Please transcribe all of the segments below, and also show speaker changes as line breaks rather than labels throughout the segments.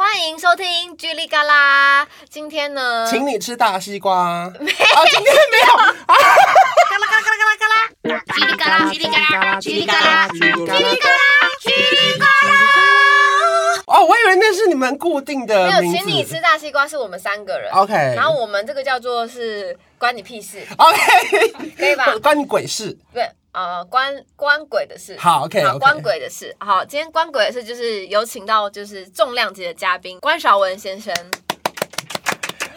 欢迎收听《居里嘎啦》。今天呢，
请你吃大西瓜。啊，今天没有。啊
嘎啦嘎啦嘎啦嘎啦嘎啦，居里嘎啦，居里嘎啦，居里嘎啦，居里嘎啦，居里嘎啦。
哦，我以为那是你们固定
没
的
有，
名字。哦
请你吃大西瓜是我们三个人。
OK
然后我们这个叫做是关你屁事，
OK，
可以吧
关你鬼事。
对，呃，关关鬼的事。
好，OK，
好，
OK
关鬼的事。好，今天关鬼的事就是有请到就是重量级的嘉宾关韶文先生。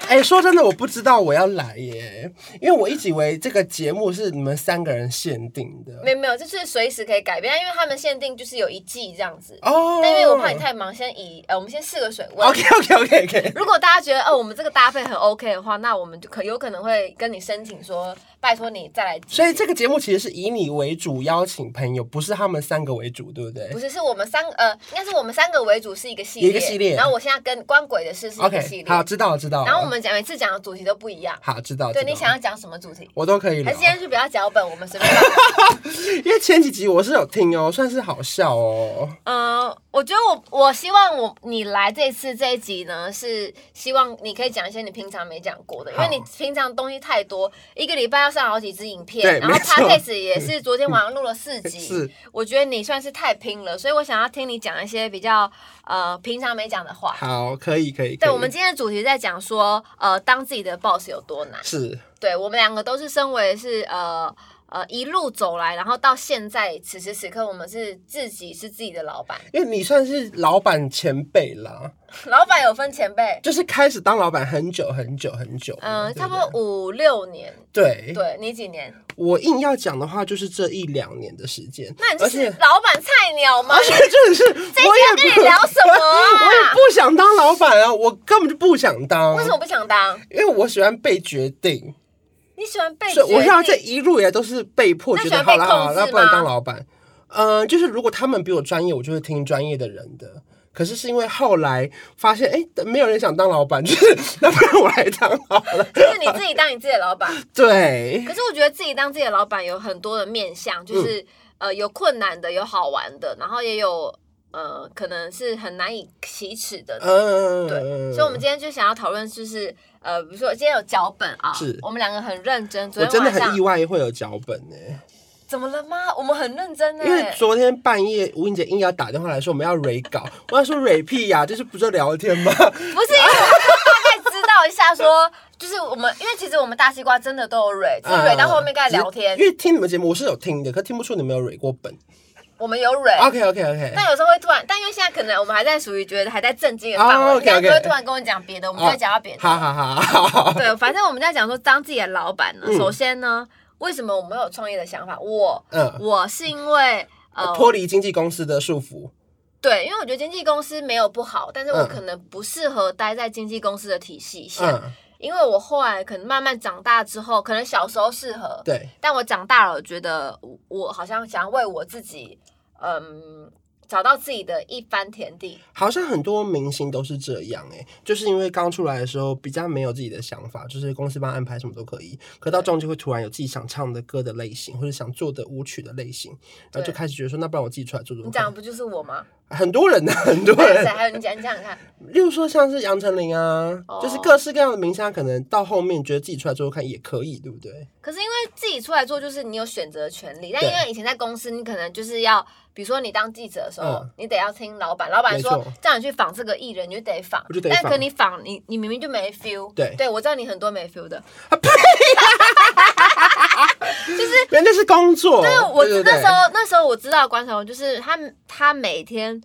哎、说真的，我不知道我要来耶，因为我一直以为这个节目是你们三个人限定的。
没有没有，就是随时可以改变，因为他们限定就是有一季这样子。
哦，
但因为我怕你太忙，先以呃，我们先试个水温。
OK OK OK OK。
如果大家觉得哦，我们这个搭配很 OK 的话，那我们就可有可能会跟你申请说，拜托你再来几。
所以这个节目其实是以你为主，邀请朋友，不是他们三个为主，对不对
不是，是我们三呃，应该是我们三个为主是一个系列，
一个系列
然后我现在跟关鬼的事是一个系
？OK，
列，
好，知道了知道了。
然后我们讲每次讲的主题都不一样。
好知道，
对
知道
你想要讲什么主题？
我都可以
还
聊
是。今天就不要脚本，我们随 便乱聊。
因为前几集我是有听哦，算是好笑哦。
嗯、我觉得我我希望我你来这次这一集呢，是希望你可以讲一些你平常没讲过的，因为
好
你平常东西太多，一个礼拜要上好几支影片，
对
然后
没错
podcast 也是昨天晚上录了四集，
是
我觉得你算是太拼了，所以我想要听你讲一些比较呃平常没讲的话。
好，可以可以。
对，
可以
我们今天的主题在讲说，呃，当自己的 boss 有多难。
是
对我们两个都是身为是呃呃一路走来，然后到现在此时此刻，我们是自己是自己的老板。
因为你算是老板前辈啦，
老板有分前辈，
就是开始当老板很久很久很久了，
嗯，
对
差不
对
多五六年。
对，
对你几年？
我硬要讲的话，就是这一两年的时间。
那你就
而
是
且
老板菜鸟吗
而？且真的是，
这一集
我也
要
不
跟你聊什么啊
我也不想当老板啊，我根本就不想当。
为什么？不想当？
因为我喜欢被决定，
你喜欢被决
所以我让这
定？
一路以来都是被迫
那
觉
喜
得
欢被
好了好了，
控制
那不能
吗
当老板。呃，就是如果他们比我专业，我就会听专业的人的。可是是因为后来发现，哎、没有人想当老板，就是那不然我来当好了。
就是你自己当你自己的老板。
对，
可是我觉得自己当自己的老板有很多的面向，
嗯
就是、呃有困难的，有好玩的，然后也有呃可能是很难以启齿的。
嗯、
对，所以，我们今天就想要讨论，就是呃，比如说今天有脚本啊，
是
我们两个很认真。昨
我
天
真的
晚上
很意外会有脚本呢、
怎么了吗？我们很认真欸呢、
因为昨天半夜吴英姐硬要打电话来说我们要蕊稿，我要说蕊屁呀、就是不就聊天吗？
不 是，因为
啊
我就大概知道一下说，就是我们，因为其实我们大西瓜真的都有蕊，只是蕊到后面跟他聊天
嗯只是，因为听你们节目我是有听的，可听不出你们有蕊过本。
我们有蕊。
OK OK OK，
但有时候会突然，但因为现在可能我们还在属于觉得还在震惊的范围，
哦
人家
OK，OK 哦
就会突然跟我讲别的，我们就会讲到别的。
好好好好好，
对，反正我们在讲说当自己的老板呢，
嗯
首先呢，为什么我们会有创业的想法？我
嗯，
我是因为呃，
啊脱离经纪公司的束缚，
对，因为我觉得经纪公司没有不好，但是我
嗯
可能不适合待在经纪公司的体系下，
嗯，
因为我后来可能慢慢长大之后，可能小时候适合，
对，
但我长大了，我觉得我我好像想要为我自己，嗯，找到自己的一番田地。
好像很多明星都是这样哎、就是因为刚出来的时候比较没有自己的想法，就是公司帮他安排什么都可以，可到中间会突然有自己想唱的歌的类型，或者想做的舞曲的类型，然后
对
就开始觉得说，那不然我自己出来做做
你讲的
看。
不就是我吗？
很多人呢、很多
还有谁？
人，
还有你讲，你讲讲看。
例如说像是杨丞琳啊，
哦
就是各式各样的明星，他可能到后面觉得自己出来做做看也可以，对不对？
可是因为自己出来做，就是你有选择权利。但因
对
为以前在公司，你可能就是要，比如说你当记者的时候，
嗯
你得要听老板，老板说
没错
叫你去仿这个艺人，你就得仿
我就。得
但
仿
可你仿你，你明明就没 feel。
对哦
对我知道你很多没 feel 的。
人家是工作，
对，啊我
对不
那
对
时候那时候我知道的关晓彤，就是他他每天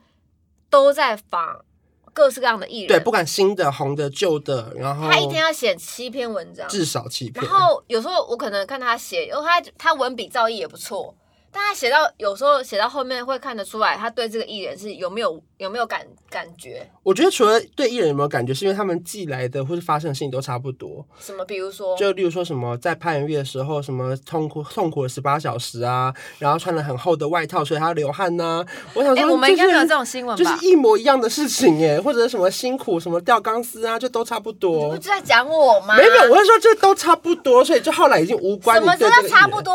都在仿各式各样的艺人，
对，不管新的、红的、旧的，然后
他一天要写七篇文章，
至少七篇
然，后有时候我可能看他写，因为他他文笔造诣也不错，但他写到有时候写到后面会看得出来，他对这个艺人是有没有有没有感感觉？
我觉得除了对艺人有没有感觉，是因为他们寄来的或是发生的事情都差不多。
什么？比如说，
就例如说什么在拍音乐的时候，什么痛苦痛苦了十八小时啊，然后穿了很厚的外套，所以他流汗呐、我想
哎、
说、就是，
我们应该没有这种新闻
就
吧？
是一模一样的事情哎，或者什么辛苦什么吊钢丝啊，就都差不
你
多
不。就在讲我吗？
没有，我是说这都差不多，所以就后来已经无关
什
你
么
对
真
这个
的
艺
差
人
不多？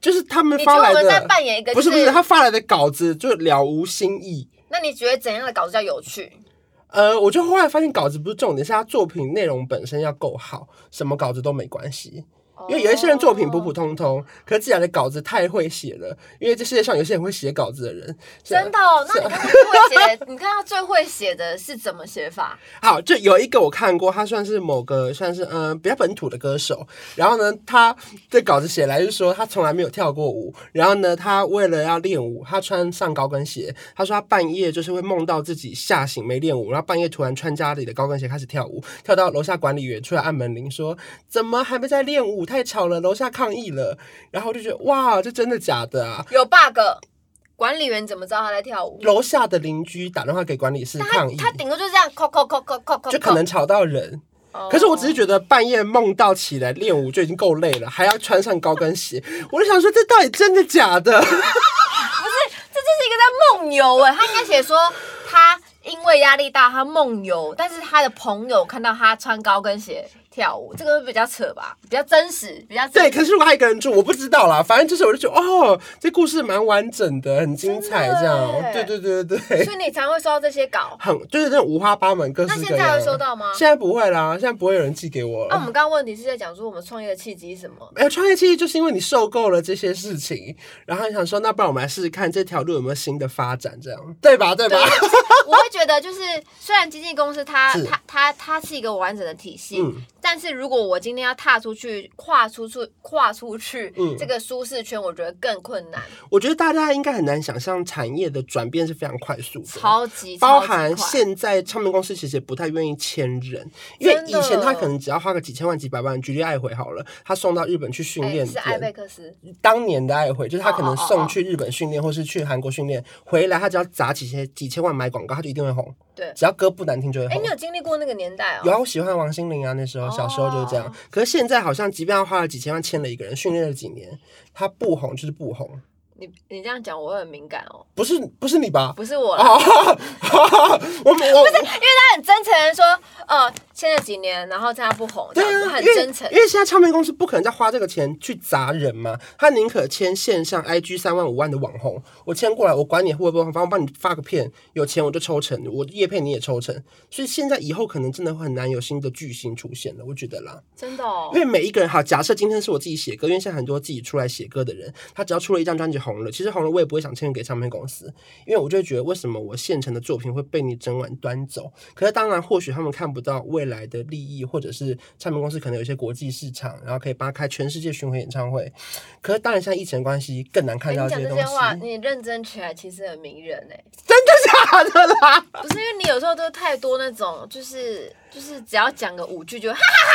就是他们
你觉
发
得
来
我
的，
们在扮演一个、
不是不是，他发来的稿子就了无新意。
那你觉得怎样的稿子叫有趣？
呃，我就后来发现稿子不是重点，是他作品内容本身要够好，什么稿子都没关系。因为有一些人作品
哦
普普通通，可是自己的稿子太会写了。因为这世界上有些人会写稿子的人，是啊
真的哦、那你看他最会写，你看他最会写的是怎么写法？
好，就有一个我看过，他算是某个算是嗯、呃比较本土的歌手。然后呢，他的稿子写来是说他从来没有跳过舞。然后呢，他为了要练舞，他穿上高跟鞋。他说他半夜就是会梦到自己吓醒没练舞，然后半夜突然穿家里的高跟鞋开始跳舞，跳到楼下管理员出来按门铃说怎么还没在练舞，太吵了，楼下抗议了。然后我就觉得哇，这真的假的啊？
有 bug，管理员怎么知道他在跳舞？
楼下的邻居打电话给管理室
但他
抗议，
他顶多就这样扣扣扣扣扣扣，
就可能吵到人。
哦。
可是我只是觉得半夜梦到起来练舞就已经够累了，还要穿上高跟鞋，我就想说这到底真的假的？
这就是一个在梦游哎，他应该写说他因为压力大，他梦游，但是他的朋友看到他穿高跟鞋跳舞，这个比较扯吧，比较真实，比较真
对，可是如果他一个人住，我不知道啦。反正就是我就觉得哦，这故事蛮完整的，很精彩，这
真的
样。
耶
对对对对对，
所以你常会收到这些稿。
很就是那种五花八门，各
那
式
现
各
在
样
有。收到吗？
现在不会啦，现在不会有人寄给我
那、啊我们
了。
刚刚问题是在讲说我们创业的契机是什么？
哎、创业其实就是因为你受够了这些事情，然后你想说，那不然我们来试试看这条路有没有新的发展，这样对吧？对吧？
我会觉得就是，虽然经纪公司它
是
它它它是一个完整的体系，
嗯
但是如果我今天要踏出去、跨出去、跨出去、
嗯
这个舒适圈，我觉得更困难，
我觉得大家应该很难想象产业的转变是非常快速的。
超级
包
超级
含
快
现在唱片公司其实也不太愿意签人，因为
真
以
的
前他可能只要花个几千万、几百万，举例爱回好了，他送到日本去训
哎
练
是艾贝
店，
克斯，
当年的爱回就是他可
哦
能
哦哦
送去日本训练或是去韩国训练，回来他只要砸几千几千万买广告，他就一定会红，
对，
只要歌不难听就会
哎、
红
你。有经历过那个年代哦？
有啊，我喜欢王心凌啊，那时候小时候就是这样
哦。
可是现在好像，即便他花了几千万签了一个人，训练了几年，他不红就是不红，
你你这样讲我会很敏感哦，
不是不是你吧？
不是我啦，
哦， 我我
他很真诚地说，呃，签了几年，然后这样不红，这
对
样子
啊，
很
因为
真诚
因。为现在唱片公司不可能再花这个钱去砸人嘛，他宁可签线上 IG 三万五万的网红，我签过来，我管你会不会红，反正我帮你发个片，有钱我就抽成，我叶片你也抽成。所以现在以后可能真的会很难有新的巨星出现了，我觉得啦。
真的哦
因，为每一个人，好，假设今天是我自己写歌，因为现在很多自己出来写歌的人，他只要出了一张专辑红了，其实红了我也不会想签给唱片公司，因为我就会觉得为什么我现成的作品会被你整晚端走？可是当然，或许他们看不到未来的利益，或者是唱片公司可能有一些国际市场，然后可以帮他开全世界巡回演唱会。可是当然，现在疫情的关系更难看
你
到
讲
些
这
东
些
西，
话，你认真起来其实很迷人哎、
真的假的啦？
不是因为你有时候都太多那种，就是就是只要讲个五句就哈哈 哈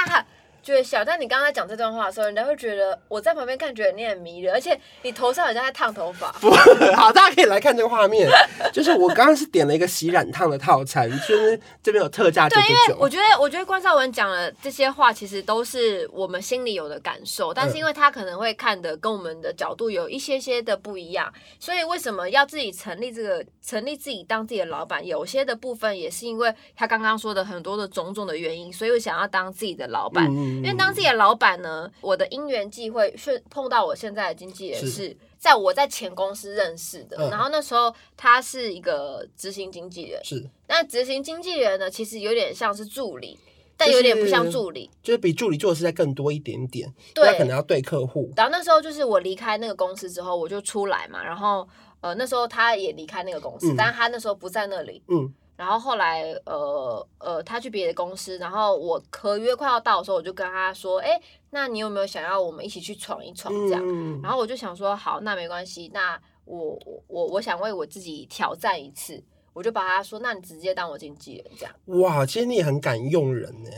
哈哈哈哈就会笑。但你刚才讲这段话的时候，人家会觉得我在旁边看，觉得你很迷人，而且你头上好像在烫头发。
不，好，大家可以来看这个画面，就是我刚刚是点了一个洗染烫的套餐，就是这边有特价九
对，因为
九
我
九。
觉得，我觉得关少文讲的这些话，其实都是我们心里有的感受，但是
嗯
因为他可能会看的跟我们的角度有一些些的不一样，所以为什么要自己成立这个，成立自己当自己的老板？有些的部分也是因为他刚刚说的很多的种种的原因，所以我想要当自己的老板。
嗯嗯嗯
因为当自己的老板呢，我的因缘际会是碰到我现在的经纪人
是
是在我在前公司认识的，
嗯
然后那时候他是一个执行经纪人，
是，
那执行经纪人呢，其实有点像是助理，但
就
有
是
点不像助理。
就是比助理做的事再更多一点点，
对
那可能要对客户，
然后那时候就是我离开那个公司之后，我就出来嘛，然后呃那时候他也离开那个公司，
嗯
但他那时候不在那里。
嗯，
然后后来呃呃他去别的公司，然后我合约快要到的时候，我就跟他说，哎，那你有没有想要我们一起去闯一闯这样？
嗯，
然后我就想说，好，那没关系，那我我我我想为我自己挑战一次，我就把他说，那你直接当我经纪人这样。
哇，其实你也很敢用人呢，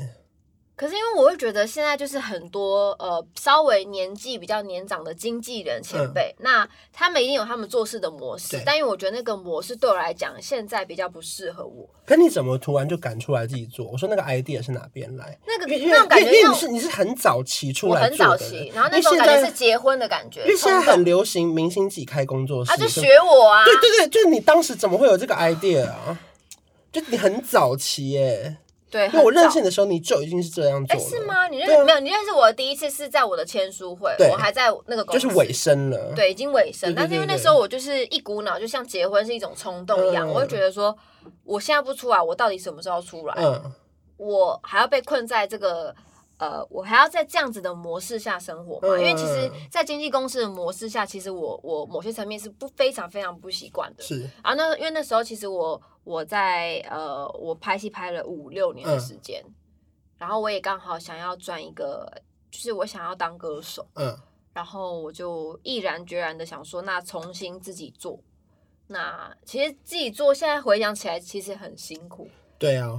可是因为我会觉得现在就是很多呃稍微年纪比较年长的经纪人前辈，那他们一定有他们做事的模式
嗯对，
但因为我觉得那个模式对我来讲现在比较不适合我，
可你怎么突然就敢出来自己做？我说那个 idea 是哪边来？
那个
因为因为
那种感觉
因为因为
那
你是
种
你是很早期出
我
来
很
做
早
的
期
人，，
然后
因
那
为
种
现
感觉
在
是结婚的感觉，
因为现在
冲动
很流行明星自己开工作室，
啊就
对
学我啊，
对对对，就是你当时怎么会有这个 idea 啊？就你很早期耶，
对，
因为我
很早
认识你的时候，你就已经是这样做
哎，
了，
是？吗？你认
对啊
识没有？你认识我的第一次是在我的签书会
对，
我还在那个公
就
司
是尾声了，，
对，已经尾声
对对。
但是因为
对
那
对
时候我就是一股脑，就像结婚是一种冲动一样，
嗯
我就觉得说，我现在不出来，我到底什么时候出来？
嗯，
我还要被困在这个。呃，我还要在这样子的模式下生活嘛？因为其实
嗯，
在经纪公司的模式下，其实我我某些层面是不非常非常不习惯的。
是，
啊，那因为那时候其实我我在呃，我拍戏拍了五六年的
嗯
时间，然后我也刚好想要转一个，就是我想要当歌手，
嗯，
然后我就毅然决然的想说，那重新自己做。那其实自己做，现在回想起来其实很辛苦，
对啊，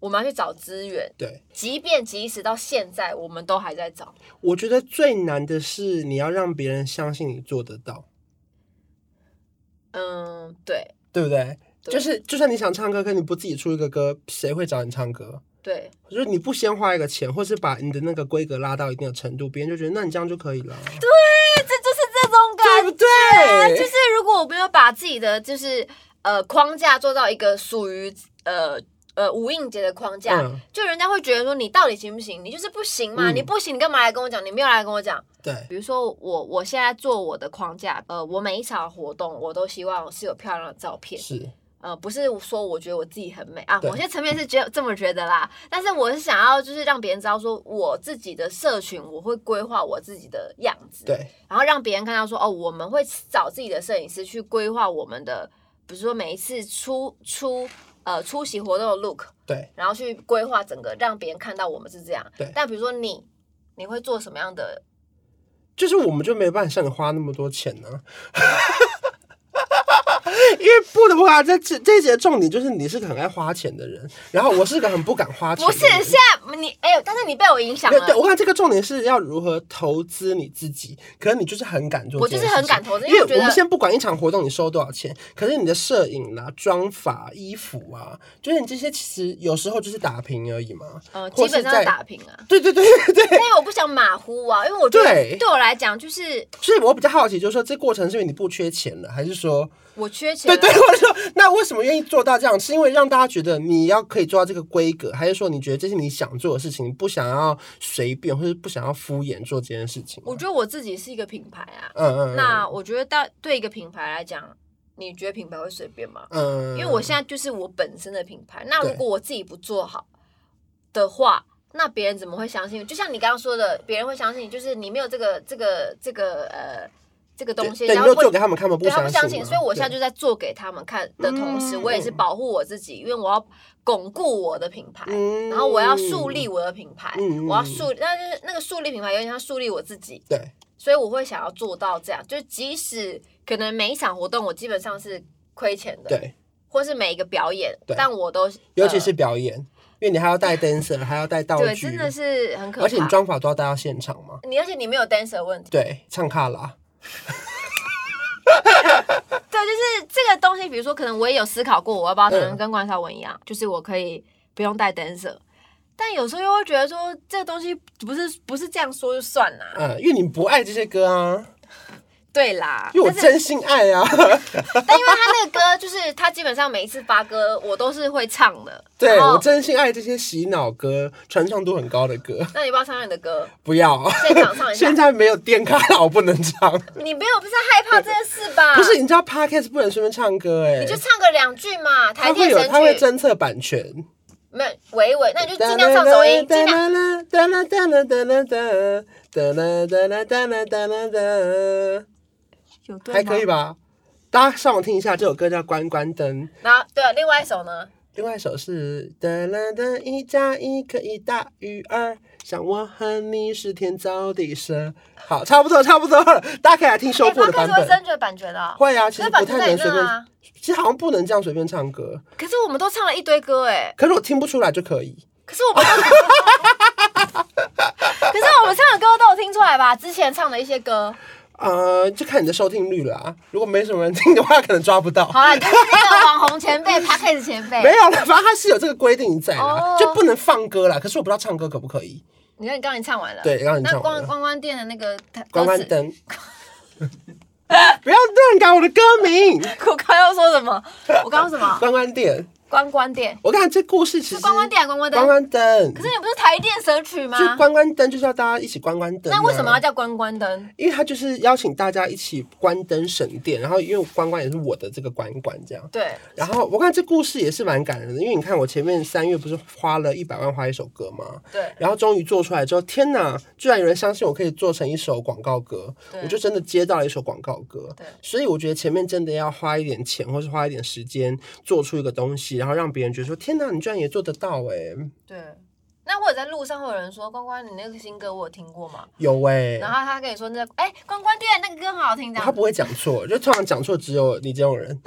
我们要去找资源，
对。
即便即使到现在，我们都还在找。
我觉得最难的是你要让别人相信你做得到，
嗯，对
对不对？
对
就是就算你想唱歌，可你不自己出一个歌，谁会找你唱歌？
对，
就是你不先花一个钱，或是把你的那个规格拉到一定的程度，别人就觉得那你这样就可以了，啊
这就是这种感
对不对？
啊就是如果我没有把自己的就是呃框架做到一个属于呃呃无应节的框架，
嗯，
就人家会觉得说你到底行不行？你就是不行嘛，
嗯
你不行，你干嘛来跟我讲？你没有来跟我讲。
对，
比如说我我现在做我的框架，呃，我每一场活动我都希望是有漂亮的照片，
是，
呃，不是说我觉得我自己很美啊，
对
某些层面是觉这么觉得啦，但是我是想要就是让别人知道说我自己的社群我会规划我自己的样子，
对，
然后让别人看到说，哦，我们会找自己的摄影师去规划我们的，比如说每一次出出呃出席活动的 look，
对，
然后去规划整个，让别人看到我们是这样。
对
但比如说你，你会做什么样的？
就是我们就没办法像你花那么多钱呢、 因为不得不说，这这这一节的重点就是你是个很爱花钱的人，然后我是个很不敢花钱
不
的
是
人。
现在你哎呦，但是你被我影响
对对，
了。
我看这个重点是要如何投资你自己，可是你就是很敢做
我
这
就
件事
是
情，
很敢投资，因
因为
为我觉
我
得
们先不管一场活动你收多少钱，可是你的摄影啦、妆法、衣服啊，就是你这些其实有时候就是打平而已嘛。
呃基
或是
本上
在
是打平啊，
对对对对对，
但是我不想马虎啊，因为我觉
对
得对我来讲就是
所以我比较好奇，就是说这过程是因为你不缺钱了，还是说，
我缺钱
对
啊，
对，我说那为什么愿意做到这样？是因为让大家觉得你要可以做到这个规格，还是说你觉得这是你想做的事情，你不想要随便，或是不想要敷衍做这件事情吗？
我觉得我自己是一个品牌啊，
嗯嗯，嗯
那我觉得到对一个品牌来讲，你觉得品牌会随便吗？
嗯，
因为我现在就是我本身的品牌，那
对
如果我自己不做好的话，那别人怎么会相信？就像你刚刚说的，别人会相信你，就是你没有这个这个这个呃这个东西，
对对，你
然
没有
后
做
不
给他们看，他们不
对他
相
不
信嘛，
相
啊
信，所以我现在
对
就在做给他们看的同时，
嗯
我也是保护我自己，因为我要巩固我的品牌。
嗯
然后我要树立我的品牌，
嗯嗯
我要树，但是那个树立品牌有点像树立我自己，
对。
所以我会想要做到这样，就是即使可能每一场活动我基本上是亏钱的，，
对，
或是每一个表演
对，
但我都呃
尤其是表演，因为你还要带 dancer，还要带道
嗯呃、对，
具，
真的是很可怕。
而且你妆法都要带到现场嘛。
你而且你没有 dancer 的问题，
对，唱卡拉，
对，就是这个东西，比如说可能我也有思考过，我要不要可能
嗯
跟关少文一样，就是我可以不用带 dancer，但有时候又会觉得说这个东西不是不是这样说就算啦，
嗯，因为你不爱这些歌啊，
对啦，
因为我
但是
真心爱啊，
但因为他那个歌就是他基本上每一次发歌我都是会唱的，
对
然后
我真心爱这些洗脑歌，传唱度很高的歌，
那你要不要唱唱你的歌？
不要。
现场唱一下嗯
现。在没有电卡拉，我不能唱。
你没有不是害怕这件事吧？
不是，，你知道 podcast 不能随便唱歌哎、
你就唱个两句嘛，台
它
电
会有，
神
它会
曲，
侦测版权。
没有维维，那你就尽量唱走音，尽量。
量。哒啦哒啦哒啦哒啦哒啦哒啦哒啦哒啦哒。
有对
还可以？吧？大家上网听一下，这首歌叫《关关灯》，
然后对，另外一首呢？
另外一首是哒啦哒，一加一可以大于二，像我和你是天造地设。好，差不多，差不多了，大家可以来听修过的版
是会
本。
争取版权的哦，
会啊，
可
其实
是
不
版权在
太能
你
随便
那，啊。
其实好像不能这样随便唱歌，
可是我们都唱了一堆歌哎，
可是我听不出来就可以。
可是我们都，可是我们唱的歌都有听出来吧？之前唱的一些歌，
呃，就看你的收听率了啊。如果没什么人听的话，可能抓不到。
好了，你就是那个网红前辈、p a c k a g e 前
没
辈。
有了，反正它是有这个规定在啦，
哦
就不能放歌啦。可是我不知道唱歌可不可以。
你看你刚刚你唱完了，
对刚刚你唱
那
完了
关关关店的那个呃
关关
歌词，
灯。 不要乱改我的歌名，
我刚刚要说什么？我刚刚说什么？
关关店。
关关店
我看这故事其
哦是
实
关关店啊还是关关灯？
关关灯，
可是你不是台电神曲吗？
就关关灯就是要大家一起关关灯、
那为什么要？叫关关灯？
因为他就是邀请大家一起关灯省电，然后因为关关也是我的这个关关这样。
对，
然后我看这故事也是蛮感人的，因为你看我前面三月不是花了一百万花一首歌吗？
对，
然后终于做出来之后，天哪！居然有人相信我可以做成一首广告歌，
对
我就真的接到了一首广告歌
对。
所以我觉得前面真的要花一点钱，或是花一点时间做出一个东西，然后让别人觉得说：“天哪，你居然也做得到、欸！”哎，
对。那我有在路上会有人说关关，你那个新歌我有听过吗？
有哎、
然后他跟你说那哎、关关店那个歌很好听，这
他
样
不会讲错，就通常讲错只有你 这种人。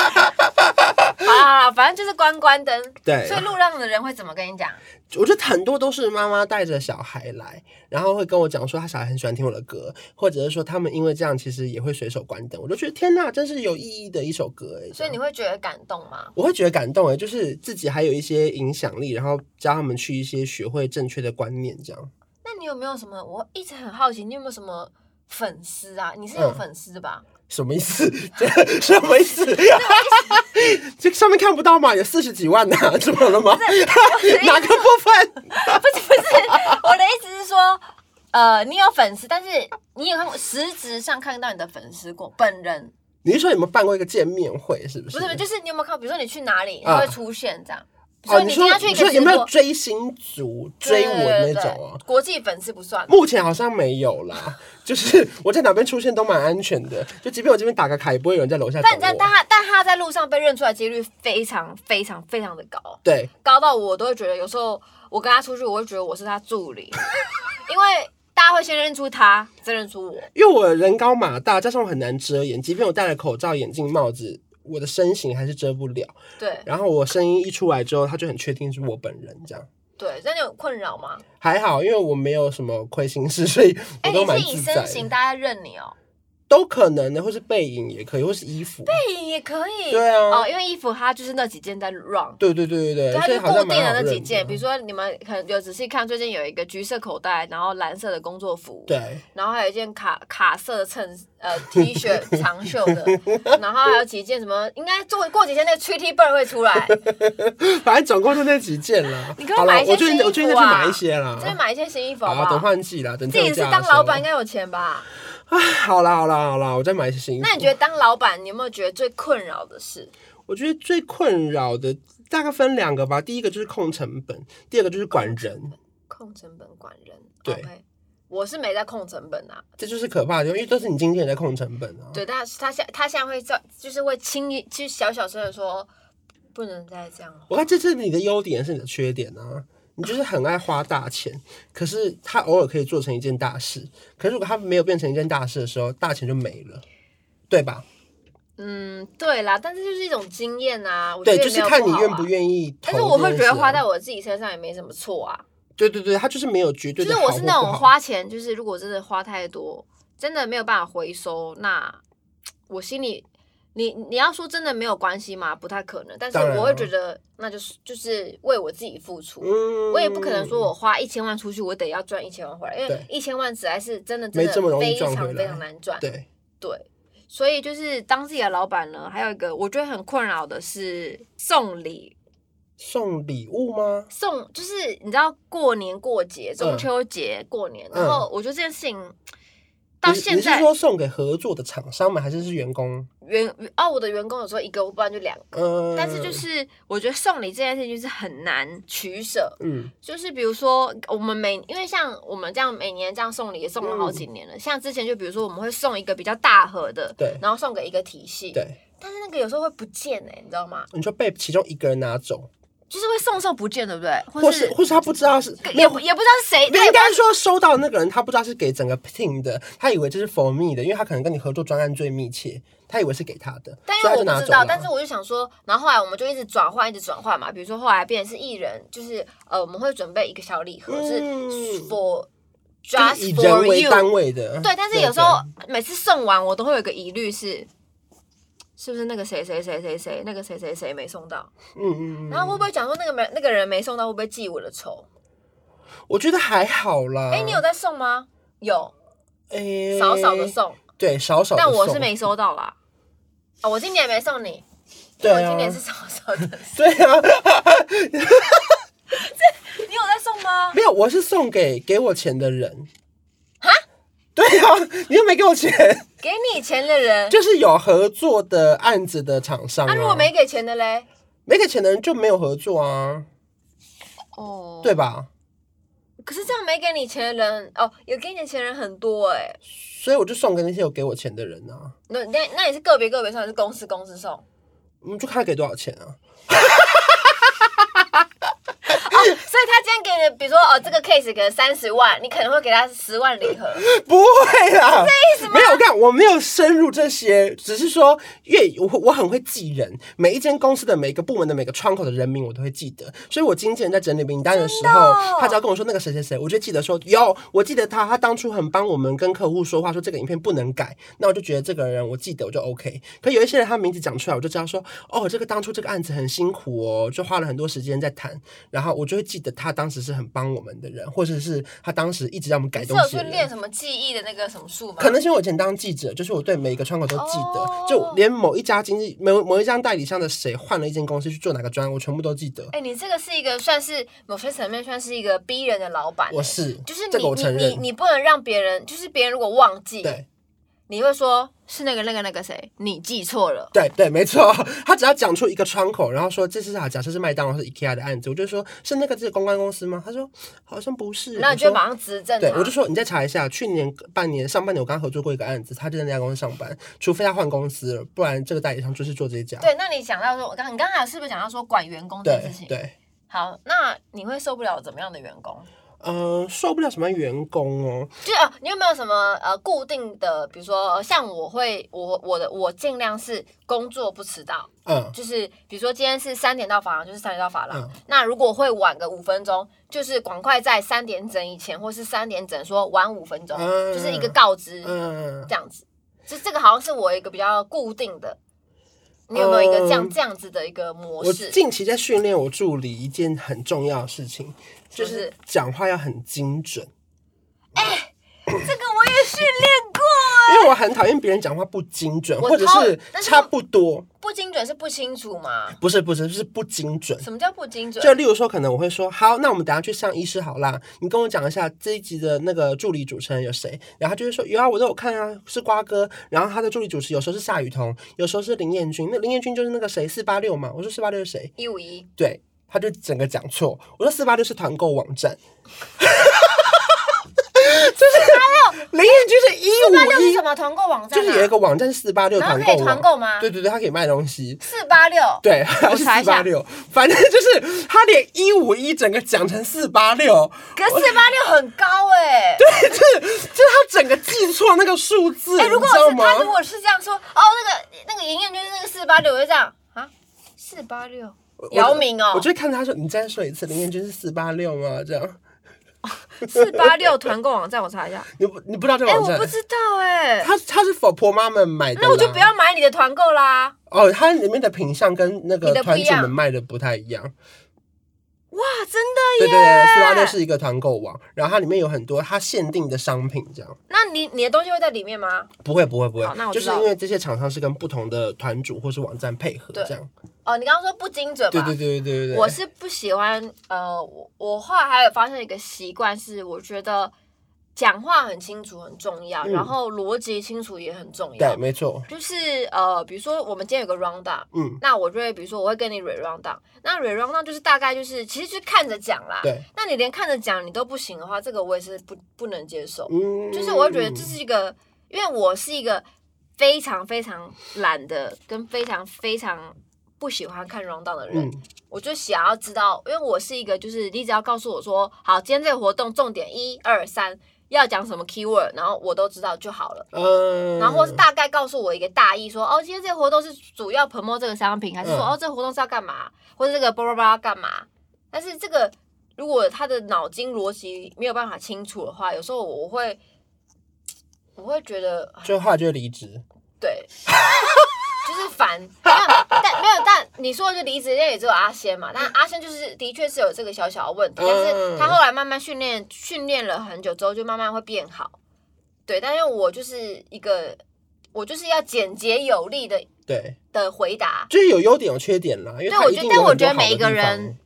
好啦好啦，反正就是关关灯。
对啊
所以路上的人会怎么跟你讲？
我觉得很多都是妈妈带着小孩来，然后会跟我讲说他小孩很喜欢听我的歌，或者是说他们因为这样其实也会随手关灯。我就觉得天哪，真是有意义的一首歌哎、
所以你会觉得感动吗？
我会觉得感动诶，欸就是自己还有一些影响力，然后教他们去一些学会正确的观念，这样。
那你有没有什么？我一直很好奇，你有没有什么粉丝啊？你是有
嗯
粉丝的吧？
什么 意思？这什么意思？ 这上面看不到吗？有四十几万呢、啊怎么了吗？ 哪个部分？
不是不是，我的意思是说，呃，你有粉丝，但是你有看过实质上看到你的粉丝过本人，
你是说有没有办过一个见面会？是不是？
不是就是你有没有看？比如说你去哪里，
啊
他会出现这样。比如
哦，
说
你
你今
说
天去一个直
你说有没有
播，
追星族追我那
对对
种
对
啊？
对国际粉丝不算。
目前好像没有啦， 就是我在哪边出现都蛮安全的，就即便我这边打个卡，也不会啊有人在楼下等
但你在
我。
但他但他在路上被认出来几率非常非常非常的高。
对，
高到我都会觉得，有时候我跟他出去，我会觉得我是他助理，因为大家会先认出他，再认出我。
因为我人高马大，加上我很难遮掩，即便我戴了口罩、眼镜、帽子，我的身形还是遮不了。
对
然后我声音一出来之后，他就很确定是我本人这样。
对，那你有困扰吗？
还好，因为我没有什么亏 心事，所以
哎、
我都
你
蛮
是以
自在
身形
的。
大家认你哦，
都可能的，或是背影也可以，或是衣服。
背影也可以。
对啊
哦，因为衣服它就是那几件在 run。
对对对
就
对对，
它啊
所
就
以
是
好
固
像
定
蛮好
的那
认
几件，比
的啊
如说你们可能有仔细看，最近有一个橘色口袋，然后蓝色的工作服，
对，
然后还有一件卡卡色的衬呃 T 恤长袖的，然后还有几件什么，应该过过几天那个 Treaty Bird 会出 来，
反正总共就那几件啦。
你可以
好
买
了
一，些
我最近
新衣
我最近再
服
去
啊
买一些
这边
啦。
买一件新衣服好
好
不
啊，等
好？
换季啦，等
自己
降
是
价的
当
时
老
候
板应该有钱吧？
好啦好啦好啦，我再买一些新衣服。
那你觉得当老板，你有没有觉得最困扰的事？
我觉得最困扰的大概分两个吧，第一个就是控成本，第二个就是管人，
控成本管人。
对
o k 我是没在控成本啊。
这就是可怕的地方，因为都是你经纪人在控成本啊。
对，但是他现他现在会在，就是会轻易，就小小声的说，不能再这样了。
我看这是你的优点，也是你的缺点啊。你就是很爱花大钱，可是他偶尔可以做成一件大事，可是如果他没有变成一件大事的时候，大钱就没了，对吧？
嗯，对啦，但是就是一种经验啊。我觉
对，
得
就
也没
是
有
看你
好啊
愿不。愿意投这件事啊。
但是我会觉得花在我自己身上也没什么错啊。
对对对，他就是没有绝对
就是
的好或不
我
好。
是那种花钱，就是如果真的花太多，真的没有办法回收，那我心里，你你要说真的没有关系吗？不太可能，但是
当然啊
我会
了
觉得那就是就是为我自己付出。
嗯
我也不可能说我花一千万出去，我得要赚一千万回来，因为
对
一千万实在是真的真
没这么
的
容易
非
赚回
常
来
非常难赚。
对，
对，所以就是当自己的老板呢，还有一个我觉得很困扰的是送礼
送礼物吗？
送就是你知道过年过节、中
嗯
秋节、过年，
嗯
然后我觉得这件事情到
你是
现
你是
在
说送给合作的厂商吗？还是是员工？
员哦，我的员工有时候一个，不然就两个。
嗯，
但是就是我觉得送礼这件事情就是很难取舍，
嗯，
就是比如说我们每因为像我们这样每年这样送礼也送了好
嗯
几年了，像之前就比如说我们会送一个比较大盒的，
对
然后送给一个体系，
对，
但是那个有时候会不见哎、你知道吗？
你说被其中一个人拿走，
就是会送送不见，对不对？
或
或
是或是他不知道是没
也
有
不。也不知道是谁，他也
应
不知道
该说，收到的那个人他不知道是给整个 team 的，他以为这是 for me 的，因为他可能跟你合作专案最密切，他以为是给他的，
但因
所以
为我
他就拿
不知
走
道，
了。
但是我就想说，然后后来我们就一直转换，一直转换嘛。比如说后来变成是艺人，就是呃，我们会准备一个小礼盒，是
嗯
for
啊就是以
just
人
for
为
you。
单位的，
对，但是有时候每次送完，我都会有一个疑虑是，是不是那个谁谁谁谁谁，那个谁谁谁没送到？
对，嗯嗯嗯。
然后会不会讲说那个没那个人没送到，会不会记我的仇？
我觉得还好啦。
哎，你有在送吗？有，
哎
少少的，送，
对，少少的
但
送。
哦我是没收到啦。啊，我今年也没送你，对
对啊
今年是什么时候的 事？
对啊，
你有在送吗？
没有，我是送给给我钱的人。对啊，你又没给 我钱，
给你钱的人，
就是有合作的案子的厂商、啊。
那、如果没给钱的嘞？
没给钱的人就没有合作啊，
哦，
对。吧？
可是这样没给你钱的人，哦，有给你钱的人很多哎、
所以我就送给那些有给我钱的人啊，
那那那你是个别个别送，还是公司公司送？
你就看他给多少钱啊。
所以他今天给你，比如说哦，这个 case 给了三十万，你可能会给他十万礼盒。
不会啦，没有，我看我没有深入这些，只是说越我我很会记人，每一间公司的每个部门的每个窗口的人名我都会记得，所以我经纪人在整理名单的时
真的
候，
哦
他只要跟我说那个谁谁谁，我就记得说有，我记得他，他当初很帮我们跟客户说话，说这个影片不能改，那我就觉得这个人我记得我就 OK。可有一些人他名字讲出来，我就知道说哦，这个当初这个案子很辛苦哦，就花了很多时间在谈，然后我就会记得他当时是很帮我们的人，或者是他当时一直让我们改
是
东
有
西
去
的人。
练什么记忆的那个什么术吗？
可能是因为我以前当记者，就是我对每一个窗口都记得，
哦
就连某一家经纪、某某一家代理商的谁换了一间公司去做哪个专案，我全部都记得。
哎、你这个是一个算是某些层面算是一个逼人的老板欸、
我是，
就是你
这个我承
你你
认，
你不能让别人，就是别人如果忘记，
对
你会说是那个那个那个谁，你记错了。
对对，没错。 他只要讲出一个窗口，然后说这是啊，假设是麦当劳是 IKEA 的案子，我就说是那个这个公关公司吗？他说好像不是。
那
我
你就
说
马上指正他。
对，我就说你再查一下，去年半年上半年我刚合作过一个案子，他就在那家公司上班，除非他换公司了，不然这个代理商就是做这家。
对，那你讲到说，我刚你刚才是不是讲到说管员工这件
对
事情？
对，
好，那你会受不了怎么样的员工？
嗯、受不了什么员工哦，
就呃，你有没有什么呃固定的，比如说呃像我会，我我的我尽量是工作不迟到，
嗯。
就是比如说今天是三点到发廊，就是三点到发廊。
嗯
那如果会晚个五分钟，就是赶快在三点整以前，或是三点整说晚五分钟，
嗯
就是一个告知、
嗯
这样子。就这个好像是我一个比较固定的，你有没有一个这样、
嗯
这样子的一个模
我
式？
近期在训练我助理一件很重要的事情，就
什么
是
事
讲话要很精准，
这个我也训练过，
因为我很讨厌别人讲话不精准，
我
或者
超
是
但是
差
我
不多，
不精准是不清楚嘛？
不是不是，就是不精准。
什么叫不精准？
就例如说，可能我会说，好，那我们等下去上医师好啦。你跟我讲一下这一集的那个助理主持人有谁？然后他就会说，有啊，我都有看啊，是瓜哥。然后他的助理主持有时候是夏雨桐，有时候是林彦君。那林彦君就是那个谁四八六嘛。我说四八六是谁？
一五一，
对，他就整个讲错。我说四八六是团购网 站，就是林彦君是
那六是
一五
什
一，
么团购网站、啊？
就是有一个网站四八六
然后
团
可
购
以团购吗
网对对对，他可以卖东西。
四八六，
对，
我
是
查
四
一下
八六，反正就是他连一五一整个讲成四八六，
可四八六很高哎、对，
就是就是他整个记错那个数字，
哎、
你
如果
知道
是他如
吗？
果是这样说，哦，那个那个莹莹就是那个四八六，我就这样啊，四八六，姚明哦
我，就看他说，你再说一次，林彦君是四八六吗？这样，
四八六团购网站，我查一下。
你不你不知道这个
哎、
网
我
站？
不知道哎、
他他是否婆妈们买的啦？
那我就不要买你的团购啦。
哦，它里面的品相跟那
你
个
的不
团
一
主
样
们卖的不太一样。
哇，真的
对
耶！
对对，四八六是一个团购网，然后它里面有很多它限定的商品，这样
那你你的东西会在里面吗？
不会不会不
好那
会，
我
就
知
是
道
因为这些厂商是跟不同的团主或是网站配合，
对
这样。
哦，你刚刚说不精准吧？
对对对对对对。
我是不喜欢，呃，我我后来还有发现一个习惯是，我觉得讲话很清楚很重要，
嗯
然后逻辑清楚也很重
对，
要。
没错，
就是呃，比如说我们今天有个 round down，
嗯，
那我就会比如说我会跟你 re round down，那 re round down 就是大概就是其实就是看着讲啦。
对，
那你连看着讲你都不行的话，这个我也是不不能接受。
嗯，
就是我会觉得这是一个，因为我是一个非常非常懒的，跟非常非常不喜欢看 round down 的人。
嗯，
我就想要知道，因为我是一个，就是你只要告诉我说，好，今天这个活动重点一二三要讲什么 keyword，然后我都知道就好了。
嗯，
然后或是大概告诉我一个大意说，哦，今天这个活动是主要 promote 这个商品，还是说、
嗯
哦，这个活动是要干嘛，或者这个巴拉巴拉干嘛？但是这个如果他的脑筋逻辑没有办法清楚的话，有时候我会我会觉得
就后来就离职，
对， 就是烦。没有，但没有，但你说的就离职那也只有阿仙嘛。但阿仙就是的确是有这个小小的问题，但是他后来慢慢训练，训练了很久之后，就慢慢会变好。对，但是我就是一个，我就是要简洁有力的
对，
的回答，
就是有优点有缺点啦，因为
对
它
我
一
觉得
定
但
有
我
很
觉
多
得
好
每
的
一个
地
人
方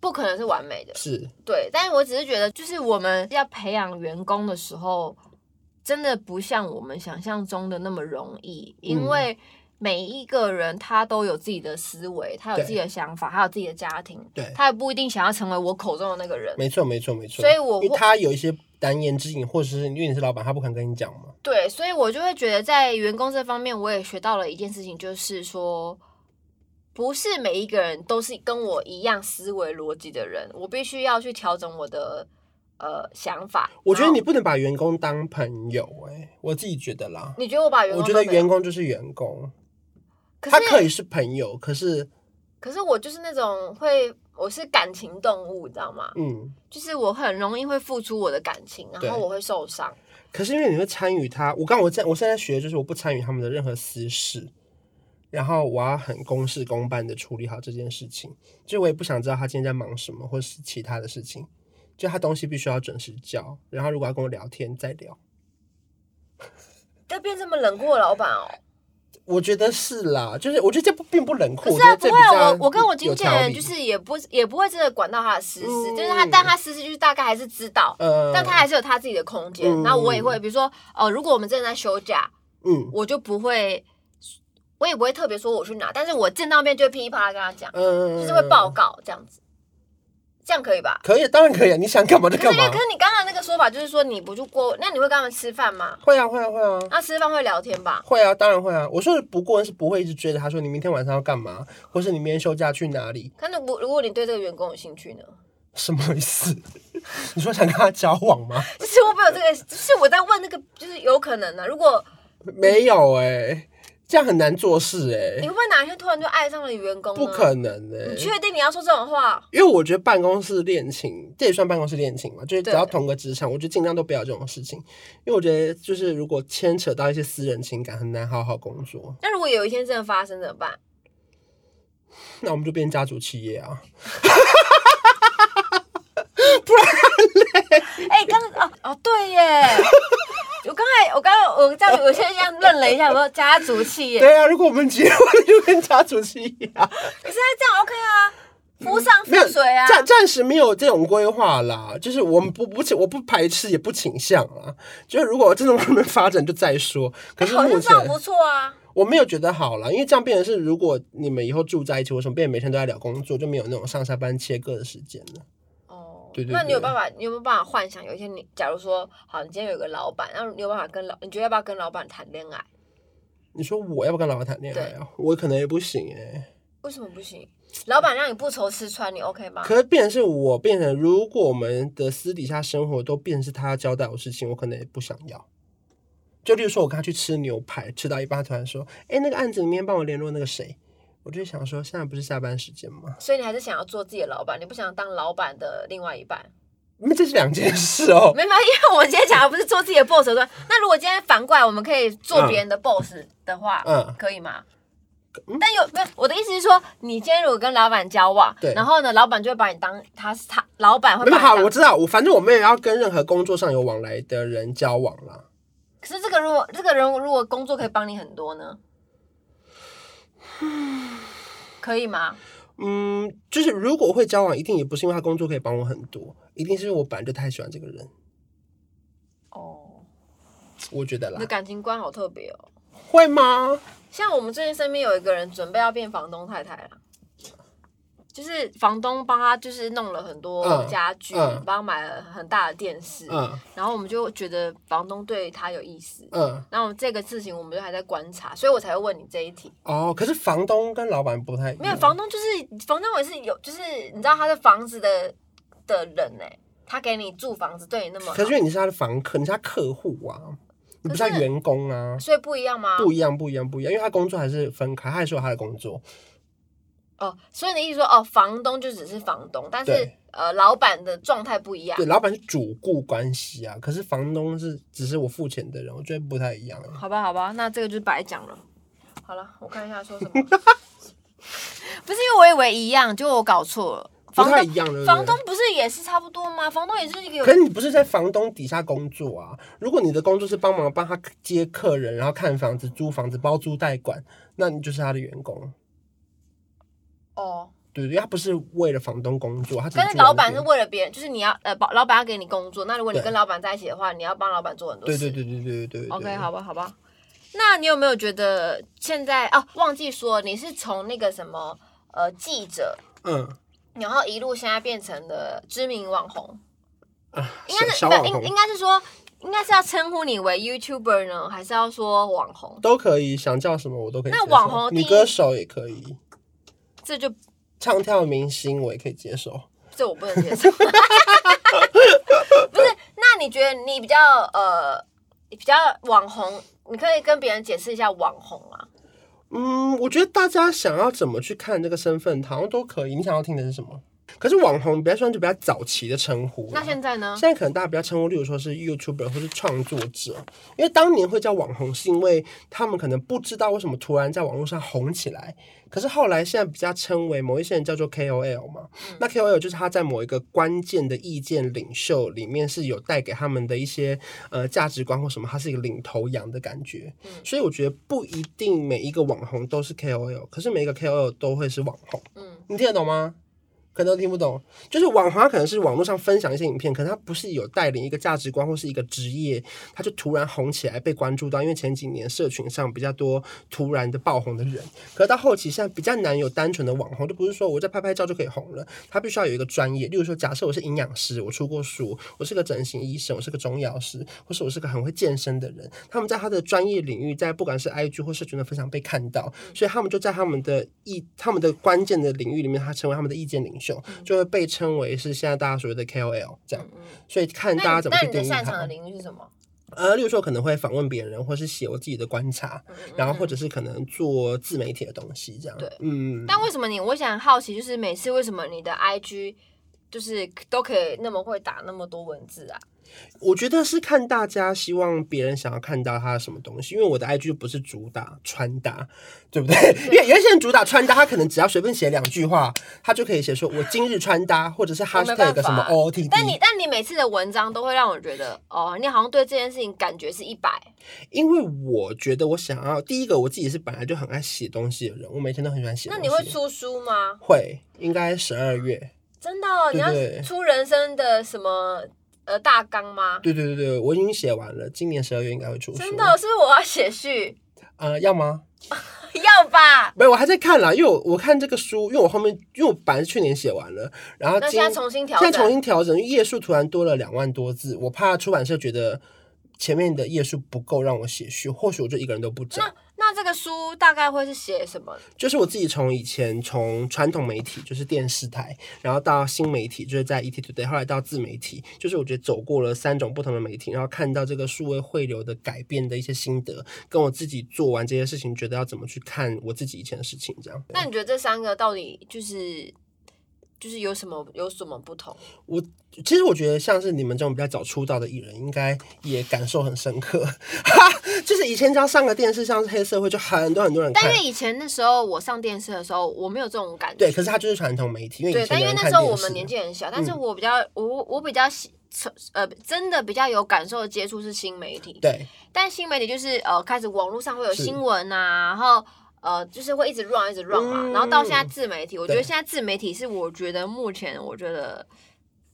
不可能是完美的。
是
对，但是我只是觉得，就是我们要培养员工的时候，真的不像我们想象中的那么容易，因
嗯
为每一个人他都有自己的思维，他有自己的想法，他有自己的家庭，
对
他也不一定想要成为我口中的那个人。
没错没错没错，
所以我
因为他有一些难言之隐，或者是因为你是老板，他不肯跟你讲嘛，
对，所以我就会觉得在员工这方面，我也学到了一件事情，就是说。不是每一个人都是跟我一样思维逻辑的人，我必须要去调整我的呃想法。
我觉
然
得
后
你不能把员工当朋友、欸，我自己觉得啦。
你觉得我把员工
我觉得
当朋友
员工就是员工，
可
他
是
可以是朋友，可是
可是我就是那种会，我是感情动物，你知道吗？
嗯，
就是我很容易会付出我的感情，然
对
后我会受伤。
可是因为你会参与他，我刚我在我现在学的就是我不参与他们的任何私事，然后我要很公事公办的处理好这件事情，就我也不想知道他今天在忙什么，或是其他的事情，就他东西必须要准时交，然后如果要跟我聊天再聊，
就变这么冷酷的老板哦？
我觉得是啦，就是我觉得这不并不冷酷，
可是
我觉
啊，
得
不
这
会
比
啊，
较
我我跟我经
有
纪
条
人
理
就是也不也不会真的管到他的私事，
嗯
就是他，但他私事就是大概还是知道，
呃，
但他还是有他自己的空间。
嗯
然后我也会，比如说，呃，如果我们真的在休假，
嗯
我就不会，我也不会特别说我去哪，但是我见到面就会噼里啪啦跟他讲，
嗯，
就是会报告这样子，这样可以吧？
可以，当然可以啊！你想干嘛就
可
干
是因为
嘛
可。是你刚刚那个说法就是说你不去过，那你会跟他们吃饭吗？
会啊，会啊，会啊，
那吃饭会聊天吧？
会啊，当然会啊。我说的不过是不会一直追着他说你明天晚上要干嘛，或是你明天休假去哪里，
可是如果如果你对这个员工有兴趣呢？
什么意思？ 你说想跟他交往吗？
就是我没有这个，就是我在问那个，就是有可能呢、啊如果
没有哎、这样很难做事哎、
你会不会哪一天突然就爱上了员工呢？
不可能哎、
你确定你要说这种话？
因为我觉得办公室恋情，这也算办公室恋情嘛，就是只
对
要同个职场，我就尽量都不要这种事情，因为我觉得就是如果牵扯到一些私人情感，很难好好工作。
那如果有一天真的发生怎么办？
那我们就变家族企业啊，
哎、刚哦哦对耶， 我刚才我刚刚我这样我现在这样愣了一下，我说家族企业，
对啊，如果我们结婚就变家族企业 啊，
可是他这样 OK 啊，扶上
没有
扶水啊，
暂暂时没有这种规划啦，就是我们不不我不排斥也不倾向啦，就是如果真的往那边发展就再说。可是
好
目
像这
前
样不错啊。
我没有觉得好啦，因为这样变成是，如果你们以后住在一起，为什么变成每天都在聊工作，就没有那种上下班切割的时间了？
哦，
对对
那你有
对
办法？你有没有办法幻想有一天你，假如说好，你今天有个老板，然后你有办法跟老，你觉得要不要跟老板谈恋爱？
你说我要不要跟老板谈恋爱啊？我可能也不行哎、
为什么不行？老板让你不愁吃穿，你 OK 吗？
可是变成是我变成，如果我们的私底下生活都变成是他要交代我的事情，我可能也不想要。就例如说，我跟他去吃牛排，吃到一半，他突然说：“哎、那个案子里面帮我联络那个谁。”我就想说，现在不是下班时间吗？
所以你还是想要做自己的老板，你不想当老板的另外一半？
那这是两件事哦。
没有，因为我们今天讲的不是做自己的 boss 对吧。那如果今天反过来，我们可以做别人的 boss 的话，
嗯
可以吗？
嗯
但有没有？我的意思是说，你今天如果跟老板交往
对，
然后呢，老板就会把你当他是他老板会把
那么
你当
好，我知道，我反正我没有要跟任何工作上有往来的人交往啦。
可是这个如果这个人如果工作可以帮你很多呢，可以吗？
嗯，就是如果会交往，一定也不是因为他工作可以帮我很多，一定是因为我本来就太喜欢这个人，
哦，
我觉得
你
啦
的。感情观好特别哦。
会吗？
像我们最近身边有一个人准备要变房东太太了，就是房东帮他就是弄了很多
嗯
家具，
嗯
帮、他买了很大的电视，
嗯
然后我们就觉得房东对他有意思。
嗯，
那我们这个事情我们就还在观察，所以我才会问你这一题。
哦，可是房东跟老板不太一样
没有房东就是房东，我也是有，就是你知道他的房子的的人呢、他给你住房子，对你那么好，
可是因为你是他的房客，你是他客户啊，你不是他
可是
员工啊，
所以不一样吗？
不一样，不一样，不一样，因为他工作还是分开，他还是有他的工作，
哦，所以你的意思说，哦，房东就只是房东，但是
对
呃，老板的状态不一样
对，。老板是主顾关系啊，可是房东是只是我付钱的人，我觉得不太一样、啊。
好吧，好吧，那这个就白讲了。 好了，我看一下说什么。不是因为我以为一样，就我搞错了。
不
房
太
东
一样，对不对？
房东不是也是差不多吗？房东也是一个有
可是你不是在房东底下工作啊？如果你的工作是帮忙帮他接客人，然后看房子、租房子、包租代管，那你就是他的员工。
哦，
对对，他不是为了房东工作，他只
但是
住在那
老板是
边
为了别人，就是你要呃，保老板要给你工作，那如果你
对
跟老板在一起的话，你要帮老板做很多
对
事。
对对对对对对对
OK，好吧，好吧。那你有没有觉得现在哦，忘记说你是从那个什么呃记者，
嗯
然后一路现在变成了知名网红，
啊，
应该
小
是
小网
应应
红
该是说，应该是要称呼你为 YouTuber 呢，还是要说网红？
都可以，想叫什么我都可以接
那
受。
网红第
女
一
歌手也可以，
这就
唱跳明星我也可以接受。
这我不能 接受。不是，那你觉得你比较呃比较网红，你可以跟别人解释一下网红啊？
嗯，我觉得大家想要怎么去看这个身份，好像都可以。你想要听的是什么？可是网红比较喜欢就比较早期的称呼啦。
那现在呢？
现在可能大家比较称呼，例如说是 YouTuber 或是创作者，因为当年会叫网红，是因为他们可能不知道为什么突然在网络上红起来。可是后来现在比较称为某一些人叫做 KOL 嘛，那 KOL 就是他在某一个关键的意见领袖里面是有带给他们的一些呃价值观或什么，他是一个领头羊的感觉。所以我觉得不一定每一个网红都是 KOL，可是每一个 KOL 都会是网红。
嗯，
你听得懂吗？可能都听不懂，就是网红，他可能是网络上分享一些影片，可能他不是有带领一个价值观或是一个职业，他就突然红起来被关注到，因为前几年社群上比较多突然的爆红的人，可是到后期现在比较难有单纯的网红，就不是说我在拍拍照就可以红了，他必须要有一个专业，例如说，假设我是营养师，我出过书，我是个整形医生，我是个中药师，或是我是个很会健身的人，他们在他的专业领域，在不管是 IG 或社群的分享被看到，
嗯
所以他们就在他们的意他们的关键的领域里面，他成为他们的意见领袖，就会被称为是现在大家所谓的 KOL 这样
嗯。嗯
所以看大
那
家
你
怎么
那
去
你
定
的
义
擅长的
它。
领域是什么？
呃，例如说，可能会访问别人，或是写我自己的观察，
嗯嗯嗯
然后或
嗯
者是可能做自媒体的东西这样。
对
嗯，
但为什么你？我想好奇，就是每次为什么你的 IG 就是都可以那么会打那么多文字啊？
我觉得是看大家希望别人想要看到他什么东西，因为我的 IG 不是主打穿搭，对不对？
嗯
因为有一些人主打穿搭，他可能只要随便写两句话，他就可以写说我今日穿搭，或者是
我没办
hashtag 什么
法
OOTD。
但你但你每次的文章都会让我觉得，哦，你好像对这件事情感觉是一百，
因为我觉得我想要第一个，我自己是本来就很爱写东西的人，我每天都很喜欢写
那
东西。
你会出书吗？
会应该十二月。
真的、哦，你
对
要
对
出人生的什么呃大纲吗？
对对对对，我已经写完了，今年十二月应该会出书。
真的哦、？是不是我要写序？
呃，要吗？
要吧？
没有，我还在看啦，因为我我看这个书，因为我后面因为我本来是去年写完了，然后
那
今
现在重新调
现在重
整。
新调整，因为页数突然多了两万多字，我怕出版社觉得前面的页数不够让我写序，或许我就一个人都不讲
那。那这个书大概会是写什么？
就是我自己从以前从传统媒体，就是电视台，然后到新媒体，就是在 ET Today，后来到自媒体，就是我觉得走过了三种不同的媒体，然后看到这个数位汇流的改变的一些心得，跟我自己做完这些事情，觉得要怎么去看我自己以前的事情，这样。
那你觉得这三个到底就是就是有什么有什么不同？
我其实我觉得像是你们这种比较早出道的艺人，应该也感受很深刻。 就是以前只要上个电视，像是黑社会，就很多很多人
但
看
因。为以前那时候我上电视的时候，我没有这种感觉。
对，可是他就是传统媒体，因为以
对，
前
但因
的
为
人
那
看
时候
电视。啊嗯
我们年纪很小，但是我比较我我比较喜呃真的比较有感受的接触是新媒体。
对
但新媒体就是呃，开始网络上会有
是
新闻啊，然后呃，就是会一直 run 一直 run 嘛、
嗯
然后到现在自媒体，我觉得
对
现在自媒体是我觉得目前我觉得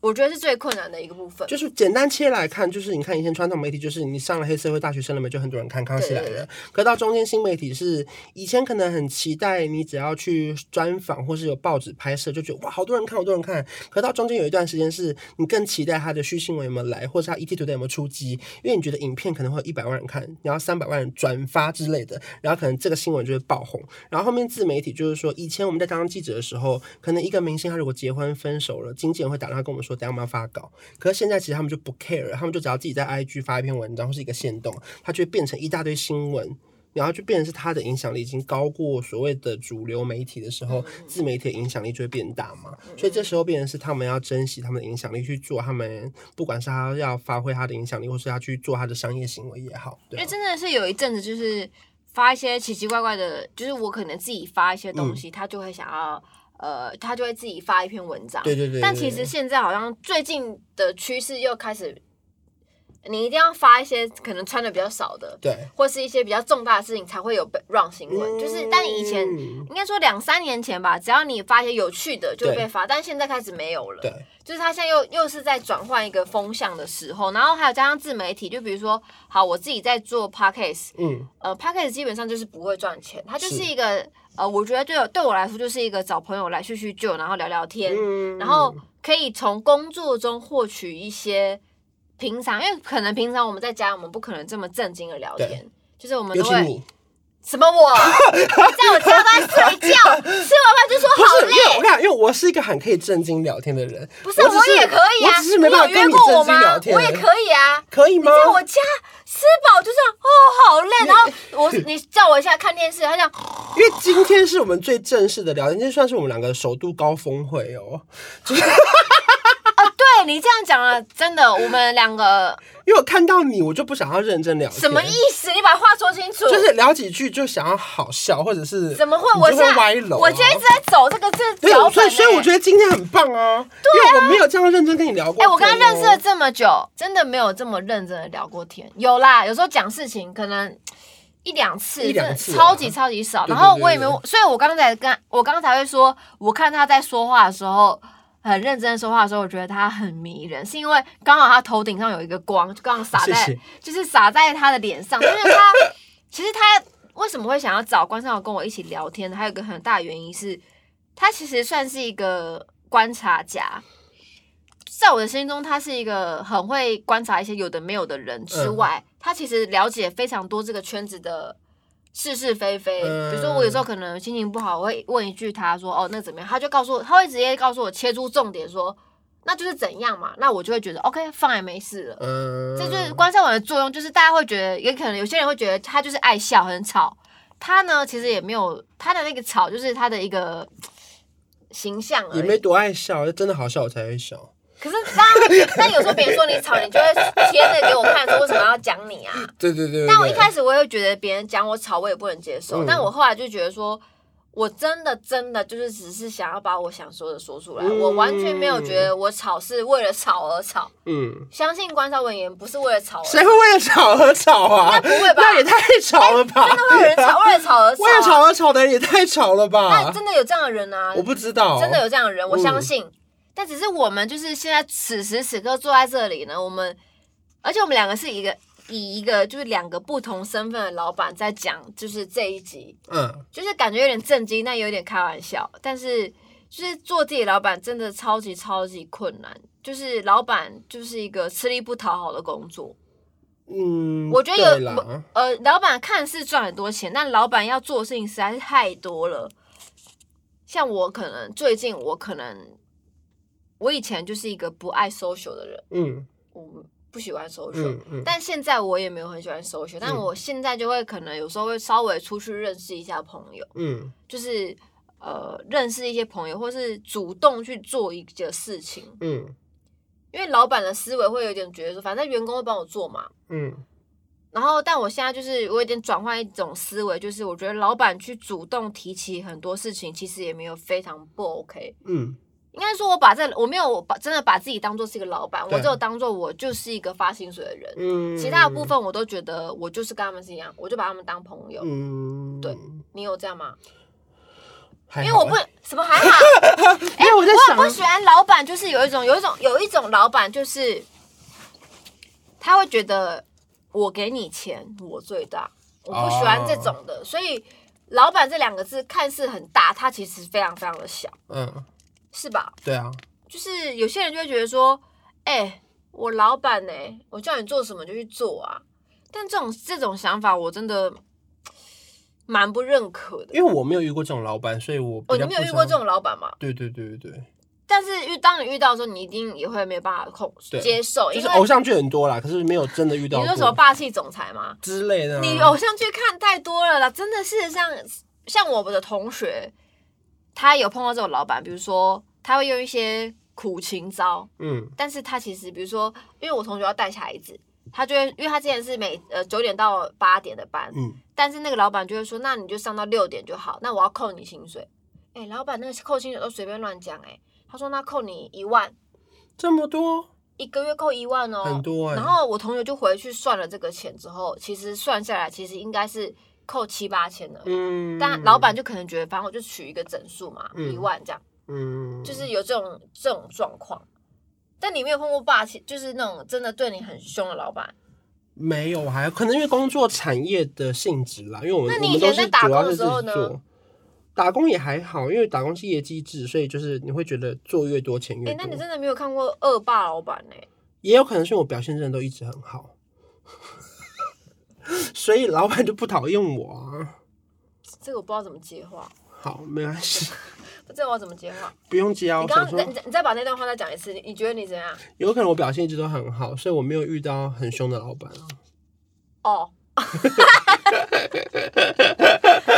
我觉得是最困难的一个部分。
就是简单切来看，就是你看以前传统媒体，就是你上了黑社会大学生了没，就很多人看康熙来
对对
了。可到中间新媒体是以前可能很期待你只要去专访或是有报纸拍摄，就觉得哇好多人看好多人看。可到中间有一段时间是你更期待他的虚新闻有没有来，或是他 ET 图的有没有出击，因为你觉得影片可能会有一百万人看，然后三百万人转发之类的，然后可能这个新闻就会爆红。然后后面自媒体就是说，以前我们在当记者的时候，可能一个明星他如果结婚分手了，经纪人会打电话跟我们说，等一下我们要发稿。可是现在其实他们就不 care，他们就只要自己在 IG 发一篇文章或是一个线动，它就会变成一大堆新闻。然后就变成是它的影响力已经高过所谓的主流媒体的时候，自媒体的影响力就会变大嘛。嗯所以这时候变成是他们要珍惜他们的影响力，去做他们不管是他要发挥他的影响力，或是他去做他的商业行为也好，
因
对
为
啊、
真的是有一阵子
嗯
就是发一些奇奇怪怪的，就是我可能自己发一些东西，他就会想要呃，他就会自己发一篇文章。
对对对对
但其实现在好像最近的趋势又开始，你一定要发一些可能穿的比较少的，
对，
或是一些比较重大的事情才会有被 run 新闻。就是，但你以前
嗯
应该说两三年前吧，只要你发一些有趣的就会
对
被发，但现在开始没有了。
对
就是他现在又又是在转换一个风向的时候，然后还有加上自媒体，就比如说，好，我自己在做 podcast，
嗯
呃，podcast 基本上就是不会赚钱，它就是
是
一个呃，我觉得对我对我来说就是一个找朋友来叙叙旧，然后聊聊天，
嗯，
然后可以从工作中获取一些平常，因为可能平常我们在家，我们不可能这么正经的聊
对
天，就是我们
尤
都
其
会
你
什么我 我在我家都在睡觉，吃完饭就说
不
好
是，因为
累
我，看，因为我是一个很可以正经聊天的人，
不是
我只是
也可以啊，
我只是没办法
你有约
跟你
过我
正
吗
经聊？天，
我也可以啊。
可
你
以吗？
在我家吃饱就这样，哦，好累。然后我 你叫我一下看电视，他哦讲
因为今天是我们最正式的聊天，这算是我们两个首度高峰会哦。
对你这样讲了，真的，我们两个
因为我看到你，我就不想要认真聊天，
什么意思？你把话说清楚。
就是聊几句就想要好笑，或者是
怎么会？
你
我
就
现
会
在
歪楼、啊。
我今天一直在走这个这
对，
脚
所
本、欸
以所以我觉
得。
得今天很棒啊，因为我没有这样认真跟你聊过
哎、
天哦。
我跟他认识了这么久，真的没有这么认真的聊过天。有啦，有时候讲事情可能一两次，
一两
真的
次啊
超级超级少。
对
然后
对对
我也没
对
有，所以我刚才跟我刚才会说，我看他在说话的时候。很认真地说话的时候，我觉得他很迷人，是因为刚好他头顶上有一个光，就刚好洒在，
谢谢
就是洒在他的脸上。就是他， 其实他为什么会想要找关少跟我一起聊天，还有一个很大的原因是，他其实算是一个观察家，在我的心中，他是一个很会观察一些有的没有的人之外，他其实了解非常多这个圈子的是是非非。
嗯
比如说，我有时候可能心情不好，我会问一句他说：“哦，那怎么样？”他就告诉我，他会直接告诉我切出重点说：“那就是怎样嘛。”那我就会觉得 OK，放也没事了。
嗯，
这就是观察网的作用，就是大家会觉得，也可能有些人会觉得他就是爱笑，很吵。他呢，其实也没有他的那个吵，就是他的一个形象而
也
已。
没多爱笑，真的好笑我才会笑。
可是当 但有时候别人说你吵，你就会贴着给我看，说为什么要讲你啊？
对对对对对。
但我一开始我也会觉得别人讲我吵，我也不能接受。
嗯
但我后来就觉得说，我真的真的就是只是想要把我想说的说出来，
嗯
我完全没有觉得我吵是为了吵而吵。
嗯，
相信关少文言不是为了吵而
谁会为了吵而吵啊？
那不会吧哎
那也太吵了吧？
真的会有人吵，为了吵而吵、啊
为了吵而吵的人也太吵了
但
吧？
真的有这样的人啊
我！不知道，
真的有这样的人，我
嗯
相信。但只是我们就是现在此时此刻坐在这里呢，我们而且我们两个是一个以一个就是两个不同身份的老板在讲，就是这一集，
嗯，
就是感觉有点震惊，但有点开玩笑。但是就是做自己老板真的超级超级困难，就是老板就是一个吃力不讨好的工作。
嗯，
我觉得有
对啦
呃，老板看似赚很多钱，但老板要做的事情实在是太多了。像我可能最近，我可能我以前就是一个不爱 social 的人，
嗯
我不喜欢 social，、
嗯嗯，
但现在我也没有很喜欢 social，但我现在就会可能有时候会稍微出去认识一下朋友，
嗯
就是呃认识一些朋友，或是主动去做一件事情，
嗯
因为老板的思维会有点觉得说，反正员工会帮我做嘛，
嗯
然后，但我现在就是我有点转换一种思维，就是我觉得老板去主动提起很多事情，其实也没有非常不 OK。
嗯
应该说，我把这我没有我把真的把自己当做是一个老板，我
对
只有当做我就是一个发薪水的人。
嗯，
其他的部分我都觉得我就是跟他们是一样，我就把他们当朋友。
嗯，
对你有这样吗？
还好啊，
因为我不什么还 好，哎
因为我在
我
想
很不喜欢老板，就是有一种有一种有一种老板就是他会觉得我给你钱我最大，我不喜欢这
哦
种的，所以老板这两个字看似很大，它其实非常非常的小，
嗯，
是吧？
对啊，
就是有些人就会觉得说，哎、我老板呢、我叫你做什么就去做啊，但这种这种想法我真的蛮不认可的。
因为我没有遇过这种老板，所以我
哦，
比
你
较
没有
不
遇过
想
这种老板吗？
对对对对对，
但是遇当你遇到的时候，你一定也会没有办法控
对
接受，
就
哦因
是
为
偶像剧很多啦，可是没有真的遇到
你
过
说什么霸气总裁吗？
之类的啊，
你偶像剧看太多了啦，真的事实上，像我们的同学，他有碰到这种老板，比如说他会用一些苦情招，
嗯
但是他其实比如说，因为我同学要带孩子，他就会因为他之前是每呃九点到八点的班，
嗯
但是那个老板就会说，那你就上到六点就好，那我要扣你薪水。哎、老板那个扣薪水都随便乱讲哎，他说那扣你一万，
这么多，
一个月扣一万哦，
很多哎、
然后我同学就回去算了这个钱之后，其实算下来其实应该是扣七八千的，
嗯，
但老板就可能觉得，反正我就取一个整数嘛，
嗯
一万这样，
嗯，
就是有这种这种状况。但你没有碰过霸气，就是那种真的对你很凶的老板。
没有，还可能因为工作产业的性质啦，因为我们
那你
我们
以前
都是
在打
主要
工的
是自
时候
己
呢
做。打工也还好，因为打工是业绩制，所以就是你会觉得做越多钱
哎、
越
那
多。
你真的没有看过恶霸老板呢、
也有可能是我表现真的都一直很好， 所以老板就不讨厌我啊。
这个我不知道怎么接话，
好，没关系，
不知道我要怎么接话。
不用接啊。
你
我
刚
想
刚你
说，
再你再把那段话再讲一次，你你觉得你怎样？
有可能我表现一直都很好，所以我没有遇到很凶的老板啊。
哦。 欸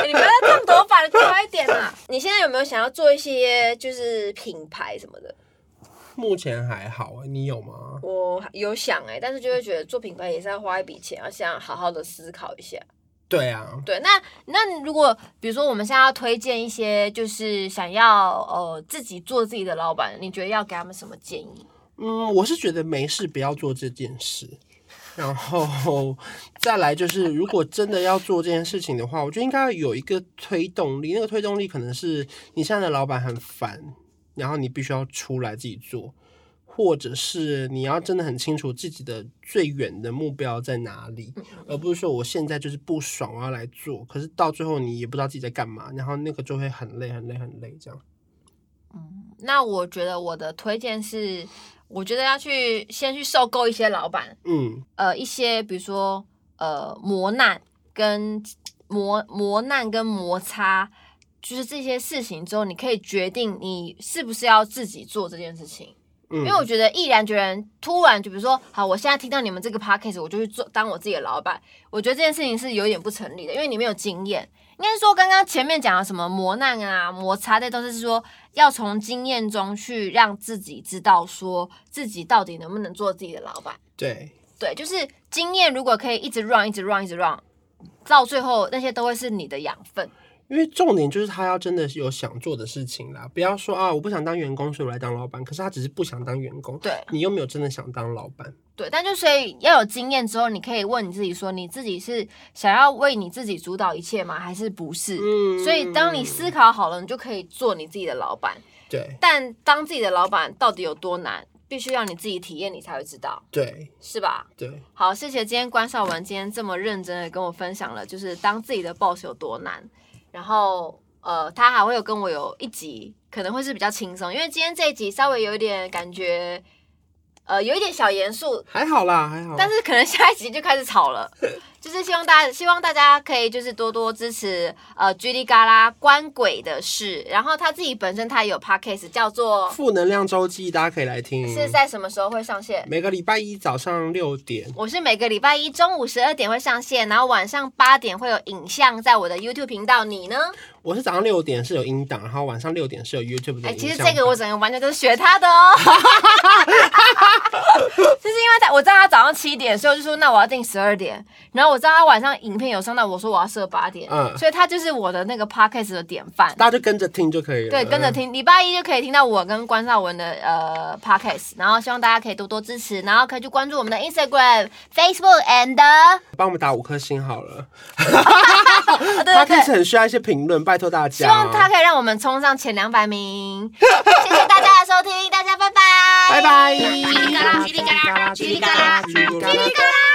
你不要再烫头发了，快一点啦！你现在有没有想要做一些就是品牌什么的？
目前还好、欸，你有吗？
我有想哎、但是就会觉得做品牌也是要花一笔钱，要想好好的思考一下。
对啊，
对，那那如果比如说我们现在要推荐一些就是想要呃自己做自己的老板，你觉得要给他们什么建议？
嗯，我是觉得没事不要做这件事。然后再来就是，如果真的要做这件事情的话，我觉得应该要有一个推动力。那个推动力可能是你现在的老板很烦，然后你必须要出来自己做，或者是你要真的很清楚自己的最远的目标在哪里，而不是说我现在就是不爽我要来做，可是到最后你也不知道自己在干嘛，然后那个就会很累很累很累这样。
那我觉得我的推荐是，我觉得要去先去受够一些老板，
嗯
呃一些比如说呃磨难跟磨磨难跟摩擦，就是这些事情之后，你可以决定你是不是要自己做这件事情。
嗯，
因为我觉得毅然决然，突然就比如说，好，我现在听到你们这个 podcast，我就去做当我自己的老板，我觉得这件事情是有点不成立的，因为你没有经验。应该是说，刚刚前面讲的什么磨难啊、摩擦，这都是说要从经验中去让自己知道，说自己到底能不能做自己的老板。
对。
对，就是经验如果可以一直 run、一直 run、一直 run，到最后那些都会是你的养分。
因为重点就是他要真的是有想做的事情啦，不要说啊我不想当员工，所以我来当老板。可是他只是不想当员工，
对
你又没有真的想当老板。
对，但就所以要有经验之后，你可以问你自己说，你自己是想要为你自己主导一切吗？还是不是？
嗯
所以当你思考好了，你就可以做你自己的老板。
对
但当自己的老板到底有多难，必须要你自己体验，你才会知道，
对
是吧？
对，
好，谢谢今天关少文今天这么认真的跟我分享了，就是当自己的 boss 有多难。然后呃，他还会有跟我有一集可能会是比较轻松，因为今天这一集稍微有一点感觉，呃，有一点小严肃，
还好啦，还好。
但是可能下一集就开始吵了，就是希望大家希望大家可以就是多多支持呃居里嘎啦关鬼的事，然后他自己本身他也有 podcast 叫做
负能量周记大家可以来听，
是在什么时候会上线？
每个礼拜一早上六点。
我是每个礼拜一中午十二点会上线，然后晚上八点会有影像在我的 YouTube 频道。你呢？
我是早上六点是有音档，然后晚上六点是有 YouTube 的
哎、
影
其
像版。
实这个我整个完全都是学他的哦， 就是因为他我知道他早上七点，所以我就说那我要定十二点，然后我知道他晚上影片有上到，我说我要设八点，
嗯
所以他就是我的那个 podcast 的典范。
大家就跟着听就可以了。
对，跟着。听，礼拜一就可以听到我跟关少文的呃 podcast，然后希望大家可以多多支持，然后可以去关注我们的 Instagram、Facebook and
帮我们打五颗星好了。
呃对
他
对
开
对
始，很需要一些评论，拜托大
希
家。
望他可以让我们冲上前两百名。谢谢大家的收听，大家拜拜，
拜拜。
叽里嘎啦，叽里嘎啦，叽里嘎啦，叽里嘎啦。